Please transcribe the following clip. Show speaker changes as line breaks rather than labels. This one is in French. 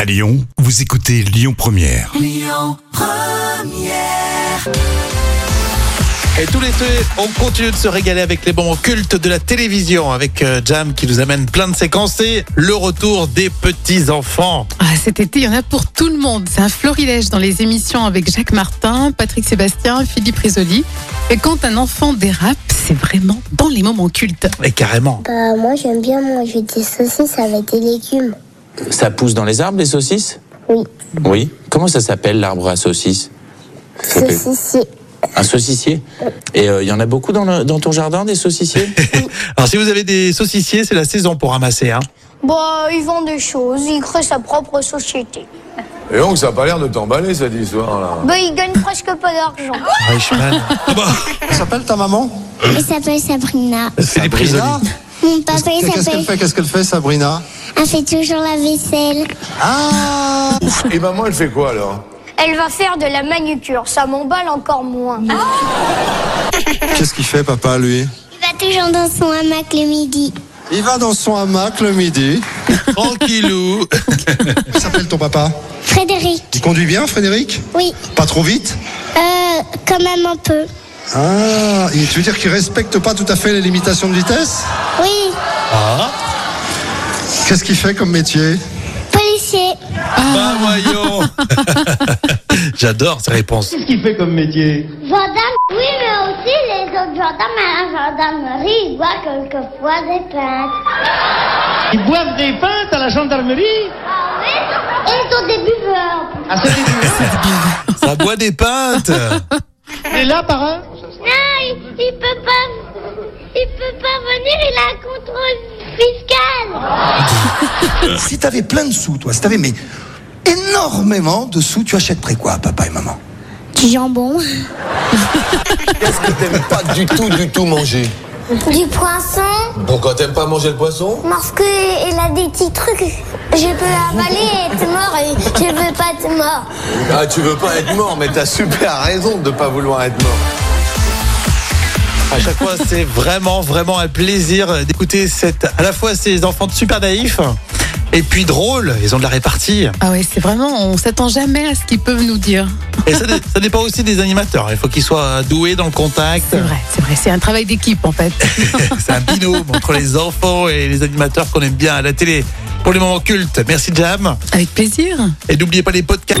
À Lyon, vous écoutez Lyon Première.
Et tout l'été, on continue de se régaler avec les bons cultes de la télévision, avec euh, Jam qui nous amène plein de séquences et le retour des petits-enfants.
Ah, cet été, il y en a pour tout le monde. C'est un florilège dans les émissions avec Jacques Martin, Patrick Sébastien, Philippe Risoli. Et quand un enfant dérape, c'est vraiment dans les moments cultes.
Et carrément.
Bah, moi, j'aime bien manger des saucisses avec des légumes.
Ça pousse dans les arbres, les saucisses
Oui.
Oui. Comment ça s'appelle l'arbre à saucisses Ça s'appelle
Saucissier.
Un saucissier Et euh, il y en a beaucoup dans, le- dans ton jardin, des saucissiers
Alors si vous avez des saucissiers, c'est la saison pour ramasser. Hein.
Bah, ils vendent des choses, ils créent sa propre société.
Et donc, ça a pas l'air de t'emballer, cette histoire-là.
Bah, ils gagnent presque pas d'argent.
Ah, je suis mal. Ah bah,
Elle s'appelle ta maman
Elle s'appelle Sabrina.
Philippe
Sabrina
Risoli.
Mon papa, il
Qu'est-ce qu'elle
s'appelle.
fait Qu'est-ce qu'elle fait, Sabrina
Elle fait toujours la vaisselle.
Ah
Et maman, Eh ben, elle fait quoi, alors
Elle va faire de la manucure, ça m'emballe encore moins.
Qu'est-ce qu'il fait, papa, lui
Il va toujours dans son hamac le midi.
Il va dans son hamac le midi.
Tranquillou.
Comment s'appelle ton papa
Frédéric,
Il conduit bien, Frédéric
oui.
Pas trop vite
Euh, quand même un peu.
Ah, il- tu veux dire qu'il respecte pas tout à fait les limitations de vitesse
Oui.
Qu'est-ce qu'il fait comme métier
Policier.
Bah voyons. J'adore ces réponses.
Gendarme, oui, mais aussi les autres gendarmes à la gendarmerie, ils boivent quelquefois des pintes.
Ils boivent des pintes à la gendarmerie
Et ils sont des buveurs.
À ce début.
Ça boit des pintes.
Et là, par un
Non, il, il peut pas. Il peut pas venir, il a un contrôle fiscal.
Si t'avais plein de sous, toi, si t'avais mais énormément de sous, tu achèterais quoi, à papa et maman
Du jambon.
Qu'est-ce que t'aimes pas du tout, du tout manger
Du poisson.
Pourquoi t'aimes pas manger le poisson
Parce qu'il a des petits trucs. Je peux avaler et être mort et je veux pas être mort.
Ah, tu veux pas être mort, mais t'as super raison de pas vouloir être mort.
À chaque fois, c'est vraiment, vraiment un plaisir d'écouter cette, à la fois ces enfants super naïfs et puis drôles. Ils ont de la répartie.
Ah ouais, c'est vraiment, on s'attend jamais à ce qu'ils peuvent nous dire.
Et ça, dé- ça dépend aussi des animateurs. Il faut qu'ils soient doués dans le contact.
C'est vrai, c'est vrai, c'est un travail d'équipe en fait.
C'est un binôme entre les enfants et les animateurs qu'on aime bien à la télé. Pour les moments cultes, merci Jam.
Avec plaisir.
Et n'oubliez pas les podcasts.